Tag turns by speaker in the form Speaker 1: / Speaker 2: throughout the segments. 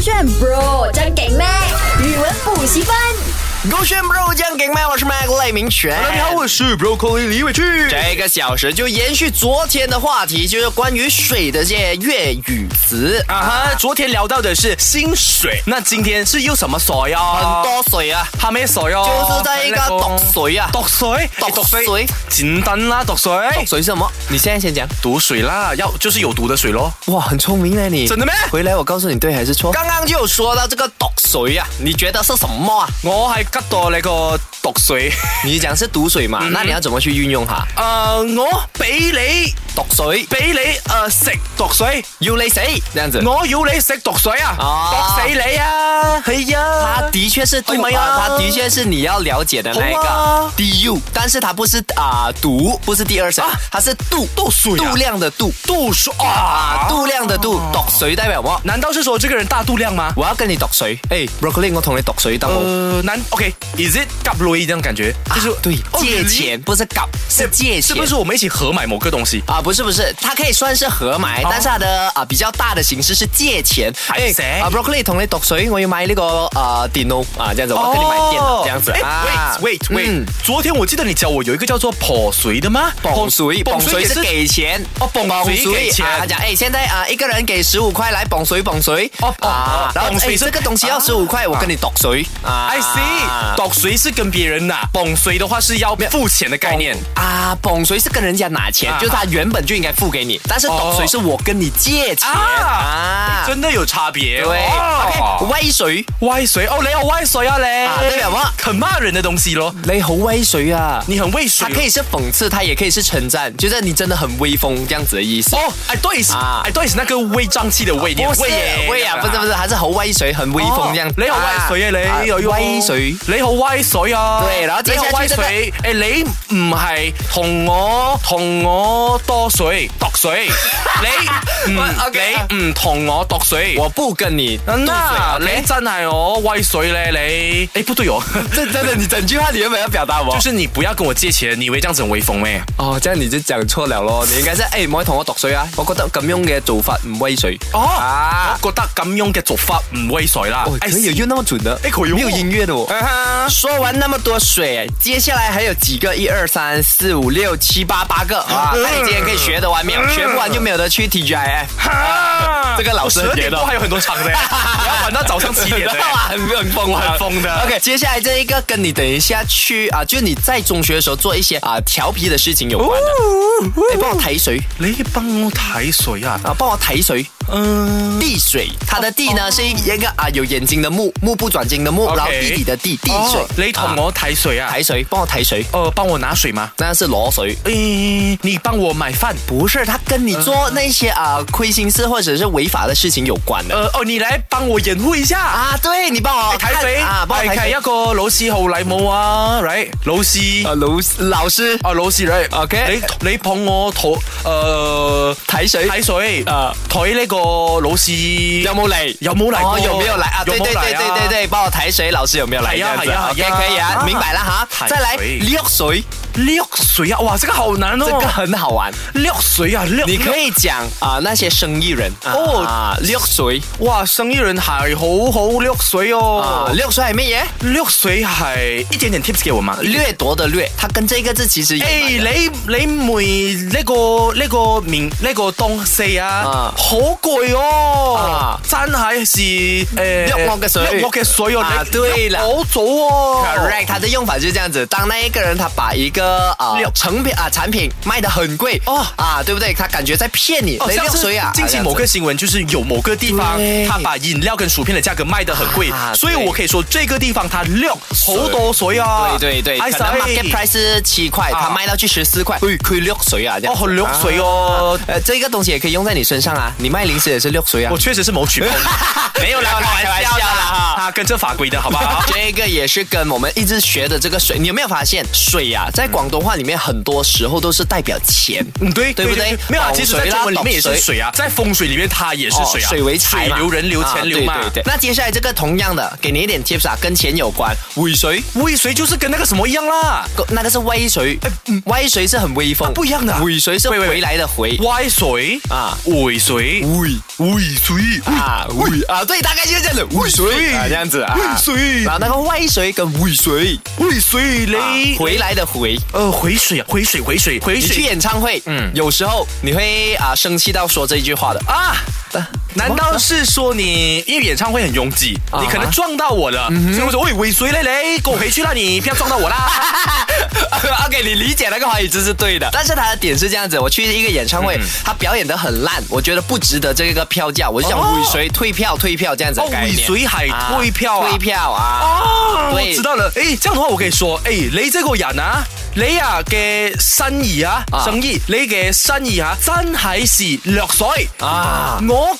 Speaker 1: 炫 Bro 真给力，语文补习班。
Speaker 2: 勾选 bro 酱给麦，我是麦赖明全。
Speaker 3: 大家好，我是 Broccoli 李伟俊。
Speaker 2: 这个小时就延续昨天的话题，就是关于水的这些粤语词，
Speaker 3: 啊哈，昨天聊到的是薪水，那今天是又什么水呀？
Speaker 2: 很多水啊，
Speaker 3: 他没水哦哟，
Speaker 2: 就是在一个毒水啊，
Speaker 3: 哦毒水，
Speaker 2: 毒水
Speaker 3: 简单啦，毒水，
Speaker 2: 毒水是什么？你现在先讲。
Speaker 3: 毒水啦，要就是有毒的水咯。
Speaker 2: 哇，很聪明哎你。
Speaker 3: 真的咩？
Speaker 2: 回来我告诉你对还是错。刚刚就有说到这个毒水啊，你觉得是什么啊？
Speaker 3: 我系吉到你个毒 水，
Speaker 2: 你讲是毒水嘛？那你要怎么去运用它？
Speaker 3: 诶、呃我俾你
Speaker 2: 毒水
Speaker 3: 俾你诶、呃食毒水，
Speaker 2: 要你死，这样子。
Speaker 3: 我要你食毒水啊，
Speaker 2: 哦
Speaker 3: 毒死你啊，系啊，
Speaker 2: 它的确是毒
Speaker 3: 哎
Speaker 2: 啊，
Speaker 3: 呀
Speaker 2: 它的确是你要了解的那一
Speaker 3: 好
Speaker 2: 个
Speaker 3: 啊
Speaker 2: du，但是它不是啊、毒，不是第二声，它是度
Speaker 3: 度啊水啊
Speaker 2: 度量的度
Speaker 3: 度数
Speaker 2: 啊
Speaker 3: 啊，
Speaker 2: 度量的度，毒水代表什么？
Speaker 3: 难道是说这个人大度量吗？
Speaker 2: 我要跟你毒水，哎，broccoli，我同你毒水当我。
Speaker 3: 呃，难，OK，is、it 夹雷这样感觉，就是、
Speaker 2: 啊对，
Speaker 3: 哦
Speaker 2: 借
Speaker 3: ，really？
Speaker 2: 钱不是搞，是借钱。
Speaker 3: 是不是我们一起合买某个东西？
Speaker 2: 啊，不是不是，它可以算是合买，
Speaker 3: 哦
Speaker 2: 但是它的啊比较大的形式是借钱。
Speaker 3: 哎谁
Speaker 2: 啊，broccoli 同你毒水，我要买那个啊电脑啊，这样子，
Speaker 3: 哦
Speaker 2: 我要跟你买电脑这样子啊
Speaker 3: 哎。，wait wait wait，、
Speaker 2: 嗯
Speaker 3: 昨天我记得你教我有一个叫做泼水的吗？
Speaker 2: 捧水，捧水
Speaker 3: 也
Speaker 2: 是给钱
Speaker 3: 哦捧水给钱
Speaker 2: 啊他讲哎，现在啊，一个人给十五块来捧水捧水
Speaker 3: 哦捧
Speaker 2: 啊
Speaker 3: 哦
Speaker 2: 然后
Speaker 3: 捧
Speaker 2: 哎，
Speaker 3: 水是啊
Speaker 2: 这个东西要十五块，我跟你剁水啊
Speaker 3: I see，倒水是跟别人拿，捧水的话是要付钱的概念。
Speaker 2: 啊，捧水是跟人家拿钱，
Speaker 3: 啊哦
Speaker 2: 就是他原本就应该付给你，但是剁水是我跟你借钱啊
Speaker 3: 啊，真的有差别。
Speaker 2: 对，OK，
Speaker 3: 哦、
Speaker 2: 威水，
Speaker 3: 歪水哦，你好歪水啊你，
Speaker 2: 啊代表什么
Speaker 3: 很骂人的东西咯，
Speaker 2: 你好威水啊！
Speaker 3: 你很畏水
Speaker 2: 它
Speaker 3: 哦。
Speaker 2: 可以是讽刺，它也可以是称赞，就是你真的很威风这样子的意思。
Speaker 3: 哦，哎对，
Speaker 2: 啊
Speaker 3: 哎对，是那个胃胀气的胃，你
Speaker 2: 不
Speaker 3: 很
Speaker 2: 是
Speaker 3: 胃耶，
Speaker 2: 威啊，不是不
Speaker 3: 是。
Speaker 2: 是，还是好威水，很威风这样。
Speaker 3: 你好威水
Speaker 2: à,
Speaker 3: 啊你，哎呦
Speaker 2: 威水。
Speaker 3: 你好威水啊，
Speaker 2: 對然後接
Speaker 3: 你
Speaker 2: 下
Speaker 3: 好
Speaker 2: 去
Speaker 3: 威
Speaker 2: 這個
Speaker 3: 水，誒你唔係同我同我多水度 水，你唔
Speaker 2: 我 Vâng, OK，
Speaker 3: 你唔同我度水，
Speaker 2: 我不跟你斗
Speaker 3: 嗯
Speaker 2: 嘴
Speaker 3: 啊，
Speaker 2: ，OK？
Speaker 3: 你真係我威水咧你，哎不對 哦，
Speaker 2: 这真的，你整句话你原本要表达我
Speaker 3: 就。是你不要跟我借錢，你以為這樣子很威風咩？
Speaker 2: 哦，這樣你就講錯了咯，你應該是誒唔可以同我度水啊！我覺得咁樣嘅做法唔威水。
Speaker 3: 哦
Speaker 2: 啊，
Speaker 3: 我覺得咁樣嘅做法唔威水啦
Speaker 2: 哦，，可以有用那麼準的，
Speaker 3: 哎可以哦
Speaker 2: 沒有音樂的哦。
Speaker 3: 啊 哈
Speaker 2: 说完那么多水，接下来还有几个？一二三四五六七八八个啊！
Speaker 3: 嗯
Speaker 2: 看你今天可以学得完没有？学不完就没有得去 TGIF。
Speaker 3: 啊
Speaker 2: 这个老师
Speaker 3: 我12
Speaker 2: 学
Speaker 3: 点
Speaker 2: 的
Speaker 3: 多还有很多场 的，我要玩到早上七点的。
Speaker 2: 哇，很很疯，
Speaker 3: 我很疯 的
Speaker 2: OK，接下来这一个跟你等一下去啊，就你在中学的时候做一些啊调皮的事情有关的。哎，帮我抬水
Speaker 3: 你帮我睇水啊？
Speaker 2: 啊，帮我抬水。
Speaker 3: 嗯、
Speaker 2: 地水，它的地呢是一个啊有眼睛的目，目不转睛的目，
Speaker 3: OK
Speaker 2: 然后地底的地，地水。
Speaker 3: 哦你同
Speaker 2: 啊
Speaker 3: 我睇水啊？
Speaker 2: 抬水，帮我抬水，
Speaker 3: 呃，帮我拿水吗？
Speaker 2: 那是裸水。
Speaker 3: 诶、你帮我买饭。
Speaker 2: 不是，他跟你做那些啊、亏心事或者是违法的事情有关的。
Speaker 3: 呃，哦，你来帮我掩护一下。
Speaker 2: 啊，对，你帮我
Speaker 3: 睇水哎
Speaker 2: 看啊，帮我
Speaker 3: 係
Speaker 2: 抬
Speaker 3: 係
Speaker 2: 水
Speaker 3: 一。個老師好禮貌啊，right？老師，
Speaker 2: 啊，老師老师
Speaker 3: 啊老師
Speaker 2: OK
Speaker 3: ，right？OK，你你捧我肚，呃，
Speaker 2: 抬水，
Speaker 3: 睇水，
Speaker 2: 啊
Speaker 3: 睇呢個老師
Speaker 2: 有冇嚟？
Speaker 3: 有冇嚟過
Speaker 2: 哦，有没有来啊？
Speaker 3: 有
Speaker 2: 对
Speaker 3: 冇
Speaker 2: 对
Speaker 3: 嚟啊
Speaker 2: 对对对对，帮我抬水，老师有没有来？
Speaker 3: 係
Speaker 2: 这
Speaker 3: 啊
Speaker 2: 样子
Speaker 3: 係啊係
Speaker 2: OK，
Speaker 3: 啊
Speaker 2: 可以啊，
Speaker 3: 啊
Speaker 2: 明白了哈。
Speaker 3: 抬水
Speaker 2: 再来撩水，
Speaker 3: 撩水啊！哇，這個好難哦，
Speaker 2: 这个很好玩。
Speaker 3: 撩水啊，撩
Speaker 2: 你可以讲啊，那些生意人
Speaker 3: 哦
Speaker 2: 啊，撩水
Speaker 3: 哇，生意人係好好掠水
Speaker 2: 啊
Speaker 3: 哦，，
Speaker 2: 撩水系乜嘢？
Speaker 3: 掠水係一點點 tips 給我嘛。
Speaker 2: 掠奪的掠，它跟这个字其实哎有關
Speaker 3: 誒，
Speaker 2: 嘅。
Speaker 3: 你你梅呢個呢個面呢個東西啊
Speaker 2: 啊，
Speaker 3: 好攰哦
Speaker 2: 啊，
Speaker 3: 真係是誒
Speaker 2: 掠我嘅水
Speaker 3: 掠我嘅水哦，
Speaker 2: 啊
Speaker 3: 你
Speaker 2: 對啦
Speaker 3: 掠好早哦
Speaker 2: Correct，它的用法就是这样子。当那一个人他把一个呃
Speaker 3: 六
Speaker 2: 成品啊、产品卖得很贵
Speaker 3: 哦
Speaker 2: 啊，对不对？他感觉在骗你，
Speaker 3: 哦，
Speaker 2: 雷
Speaker 3: 像
Speaker 2: 六
Speaker 3: 是
Speaker 2: 水啊，
Speaker 3: 近期
Speaker 2: 啊
Speaker 3: 某个新闻就是有某个地方
Speaker 2: 对，
Speaker 3: 他把饮料跟薯片的价格卖得很贵
Speaker 2: 啊，
Speaker 3: 所以
Speaker 2: 对
Speaker 3: 我可以说这个地方它六好多水
Speaker 2: 这
Speaker 3: 啊
Speaker 2: 样，子对对对，
Speaker 3: 哎
Speaker 2: 可能 market
Speaker 3: 塞
Speaker 2: price 是七块，
Speaker 3: 啊
Speaker 2: 他卖到去十四块，亏亏六水啊，这样
Speaker 3: 哦，
Speaker 2: 子
Speaker 3: 好六水哦，
Speaker 2: 呃，这个东西也 可以用在你身上啊，你卖零食也是六水啊
Speaker 3: 我。确实是谋取暴利，
Speaker 2: 没有啦，开玩笑啦哈。？
Speaker 3: 他跟着法规的好不好
Speaker 2: 这个也是跟我们一直学的这个水，你有没有发现水呀、在广东话里面很多时候都是代表钱，
Speaker 3: 嗯，对
Speaker 2: 对不对？
Speaker 3: 没有啊，
Speaker 2: 倒
Speaker 3: 其实在
Speaker 2: 水啦
Speaker 3: 中文里面也
Speaker 2: 倒
Speaker 3: 是水啊，在风水里面它也是
Speaker 2: 哦
Speaker 3: 水啊，
Speaker 2: 水为财
Speaker 3: 水
Speaker 2: 嘛
Speaker 3: 流人流钱流嘛
Speaker 2: 啊。对对对。那接下来这个同样的，给你一点 tips 啊，跟钱有关，尾随。
Speaker 3: 喂，水就是跟那个什么一样啦。
Speaker 2: 那个是威水，威水是很威风，
Speaker 3: 哎嗯啊不一样的啊
Speaker 2: 尾随是
Speaker 3: 喂喂喂
Speaker 2: 回来的回
Speaker 3: 歪水
Speaker 2: 啊
Speaker 3: 尾水
Speaker 2: 喂
Speaker 3: 尾水
Speaker 2: 啊喂啊，对，大概就是这样子，尾
Speaker 3: 水
Speaker 2: 啊这样子啊。
Speaker 3: 尾水
Speaker 2: 然后那个威水跟尾随
Speaker 3: 尾水嘞，
Speaker 2: 啊回来的回。
Speaker 3: 呃回水啊，回水回水回
Speaker 2: 你去
Speaker 3: 水
Speaker 2: 演唱会，嗯，有时候你会啊生气到说这一句 话的啊。
Speaker 3: 啊。难道是说你因为演唱会很拥挤，
Speaker 2: 啊嗯
Speaker 3: 你可能撞到我了，所以我说喂尾水嘞嘞，跟我回去啦，你不要撞到我啦。
Speaker 2: 啊 OK，你理解那个华语字是对的，但是他的点是这样子：我去一个演唱会，他表演的很烂，我觉得不值得这个票价，我就想
Speaker 3: 哦
Speaker 2: 尾随退票、退票这样子的
Speaker 3: 哦
Speaker 2: 概念。
Speaker 3: 尾随还
Speaker 2: 啊
Speaker 3: 退票啊
Speaker 2: 退票啊！
Speaker 3: 哦，我
Speaker 2: 對
Speaker 3: 知道了。诶，這樣的話我可以說，誒，你這個人啊，你啊嘅生意啊，
Speaker 2: 啊
Speaker 3: 生意，你嘅生意啊，真係是掠水
Speaker 2: 啊
Speaker 3: 我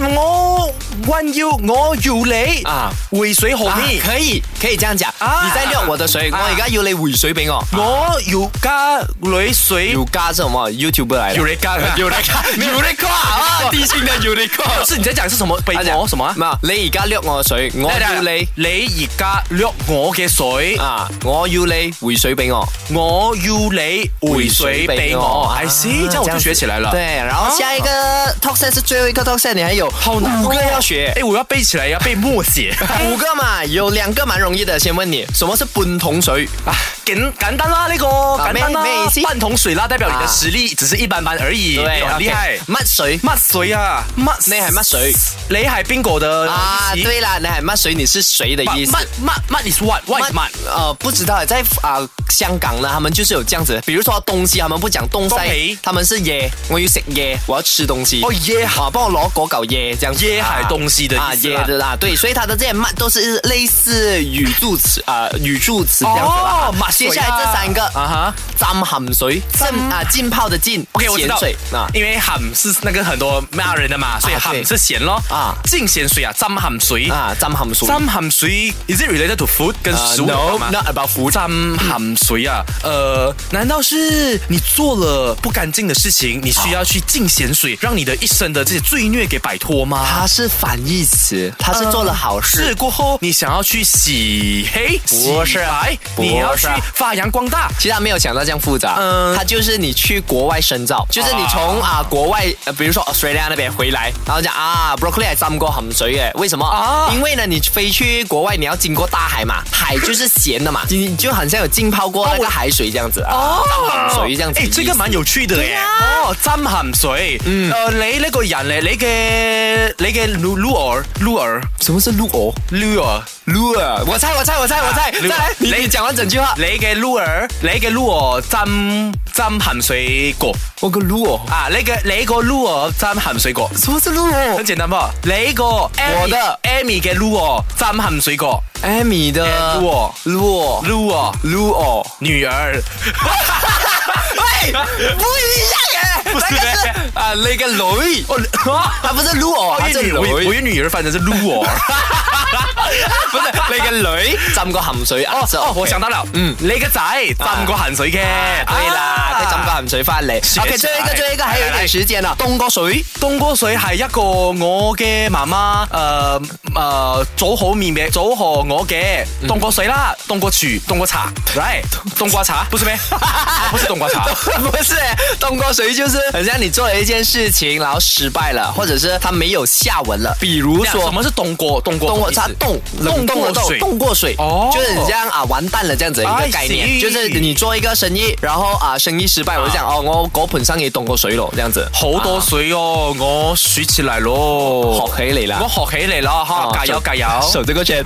Speaker 3: 我問要我要你
Speaker 2: 啊
Speaker 3: 回水好
Speaker 2: 啊
Speaker 3: 咩？
Speaker 2: 可以，可以这样讲。
Speaker 3: 啊
Speaker 2: 你在撩我的水，
Speaker 3: 啊
Speaker 2: 我而家要你尾水俾我。
Speaker 3: 我要加你水，
Speaker 2: 有加什么 YouTube 来的？
Speaker 3: 你加
Speaker 2: 有来看，有来看啊！地心的有来看。
Speaker 3: 是你在講是什麼？被
Speaker 2: 他讲
Speaker 3: 我什麼啊？啊
Speaker 2: 没有，你而家撩我的水，我要你
Speaker 3: 你而家掠我嘅水，
Speaker 2: 啊，我要你回水俾我。
Speaker 3: 我要你回水俾我。I 哎 see，這樣
Speaker 2: 啊
Speaker 3: 我就學起來了。啊
Speaker 2: 对，然后下一个 talk set 是最后一个 talk set，你还有
Speaker 3: 好难哎
Speaker 2: 五个
Speaker 3: 哦
Speaker 2: 要学。
Speaker 3: 哎，我要背起来，要背 默写。
Speaker 2: 五个嘛，有两个蛮容易的。先问你，什么是半桶水？
Speaker 3: 啊，简简单啦，呢、個个
Speaker 2: 啊
Speaker 3: 簡單啦，
Speaker 2: 咩咩意思
Speaker 3: 半桶水啦，代表你的
Speaker 2: 啊
Speaker 3: 實力只是一般般而已，你很厲害。
Speaker 2: 哎乜水？
Speaker 3: 乜水啊？乜？
Speaker 2: 你係乜水？
Speaker 3: 你係邊個的？
Speaker 2: 啊，
Speaker 3: 意思
Speaker 2: 对啦，你喊乜水？你是谁的意
Speaker 3: 乜
Speaker 2: 思？
Speaker 3: 乜乜乜 is what what is 乜？
Speaker 2: 呃，不知道，在啊、香港呢，他们就是有这样子，比如说东西，他们不讲东
Speaker 3: 東
Speaker 2: 西
Speaker 3: 西，
Speaker 2: 他们是耶，我要食耶，我要吃东西。
Speaker 3: 哦耶
Speaker 2: 啊，帮我攞果搞耶，这样子
Speaker 3: 椰海东西的意思啦
Speaker 2: 啊，椰的啦，对，所以它的这些慢都是类似语助词啊、语助词这样子啦。
Speaker 3: 哦抹水
Speaker 2: 接
Speaker 3: 啊
Speaker 2: 下来这三个
Speaker 3: 啊哈
Speaker 2: 浸含水，浸啊浸泡的浸
Speaker 3: OK，我知
Speaker 2: 咸
Speaker 3: 道
Speaker 2: 水，啊，
Speaker 3: 因為鹹是那個很多罵人的嘛，所以
Speaker 2: 啊對
Speaker 3: 鹹是鹹咯。
Speaker 2: 啊
Speaker 3: 浸鹹水啊，浸鹹水，
Speaker 2: 啊浸含水
Speaker 3: 浸。鹹水 is it related to food 跟
Speaker 2: 呃
Speaker 3: 食物有關嗎
Speaker 2: no，not about food
Speaker 3: 沾含水啊，呃，难道是你做了不干净的事情，你需要去浸咸水，让你的一生的这些罪孽给摆脱吗？
Speaker 2: 它是反义词，它是做了好
Speaker 3: 是
Speaker 2: 事。
Speaker 3: 过后，你想要去洗黑、
Speaker 2: 不
Speaker 3: 洗
Speaker 2: 是啊
Speaker 3: 白，
Speaker 2: 不是
Speaker 3: 你要去发扬光大。
Speaker 2: 其实他没有想到这样复杂，嗯，
Speaker 3: 嗯
Speaker 2: 他就是你去国外深造，就是你从啊国外，呃，比如说 Australia 那边回来，然后讲啊 broccoli 还沾过含水耶，为什么？
Speaker 3: 啊
Speaker 2: 因为呢，你飞去国外，你要经过大海嘛，海就是咸 的嘛，你就很像有浸泡过那个海水这样子啊，沾含水这样子的
Speaker 3: 哎
Speaker 2: 意，思。
Speaker 3: 这个蛮有趣的耶！哦，浸咸水，嗯，呃，你呢个人咧，你嘅你嘅 lure lure
Speaker 2: 什么是鹿偶？
Speaker 3: lure
Speaker 2: 鹿耳，我猜，我猜，我猜，我猜，
Speaker 3: 鹿
Speaker 2: 再来，你
Speaker 3: 你
Speaker 2: 你讲完整句话，
Speaker 3: 你嘅 lure 你嘅 lure 浸浸咸水过。
Speaker 2: 我个鹿偶，
Speaker 3: 啊，那个那个鹿哦，沾含水果，
Speaker 2: 什么是鹿哦偶
Speaker 3: 很简单吧？那个我
Speaker 2: 的
Speaker 3: Amy 嘅鹿哦，沾含水果，
Speaker 2: 艾哎米的
Speaker 3: 鹿哦
Speaker 2: 鹿偶
Speaker 3: 鹿哦，
Speaker 2: 鹿偶。
Speaker 3: 女儿，
Speaker 2: 喂，不一样哎，
Speaker 3: 不是咩
Speaker 2: 那哦个是啊，那个雷，
Speaker 3: 哦，
Speaker 2: 它不是鹿哦，它是
Speaker 3: 我以
Speaker 2: 雷，
Speaker 3: 女我以我以女儿翻成是鹿哦，
Speaker 2: 不是那个雷，浸过咸水啊
Speaker 3: 哦哦， 我想
Speaker 2: 到。
Speaker 3: 到了，嗯，啊你个仔沾过咸水嘅，
Speaker 2: 对啦，佢啊浸过
Speaker 3: 啊。
Speaker 2: 咸水翻嚟。
Speaker 3: 是
Speaker 2: OK，
Speaker 3: 是
Speaker 2: 最后一个，
Speaker 3: 是
Speaker 2: 最后一个，
Speaker 3: 来
Speaker 2: 还有一
Speaker 3: 来
Speaker 2: 点
Speaker 3: 来
Speaker 2: 时间啦。
Speaker 3: 哎
Speaker 2: 冻过啊水，
Speaker 3: 東哥水係一個我嘅媽媽，誒誒早好面嘅，早河我嘅嗯冬瓜水啦，冬瓜柱，冬瓜茶，right，冬瓜 茶，不是咩？哦不是冬瓜 茶，
Speaker 2: 不是冻过水就是很像你做了一件事情，然后失败了，或者是它没有下文了。比如说
Speaker 3: 什。么是冬瓜？冬瓜
Speaker 2: 冻过
Speaker 3: 什
Speaker 2: 它
Speaker 3: 么意思
Speaker 2: 冻冷冻
Speaker 3: 过
Speaker 2: 的冻
Speaker 3: 水
Speaker 2: 冻过水，
Speaker 3: 哦哎
Speaker 2: 就是你这样啊完蛋了这样子的一
Speaker 3: I
Speaker 2: 个
Speaker 3: see
Speaker 2: 概念，就是你做一个生意，然后啊生意失败，我就讲哦我嗰盆生意冻过水咯，这样子
Speaker 3: 好多水哦，我数起嚟咯，
Speaker 2: 学起嚟啦
Speaker 3: 我学起嚟啦，
Speaker 2: 啊
Speaker 3: 哈，加油
Speaker 2: 手
Speaker 3: 加油！
Speaker 2: 手这个圈。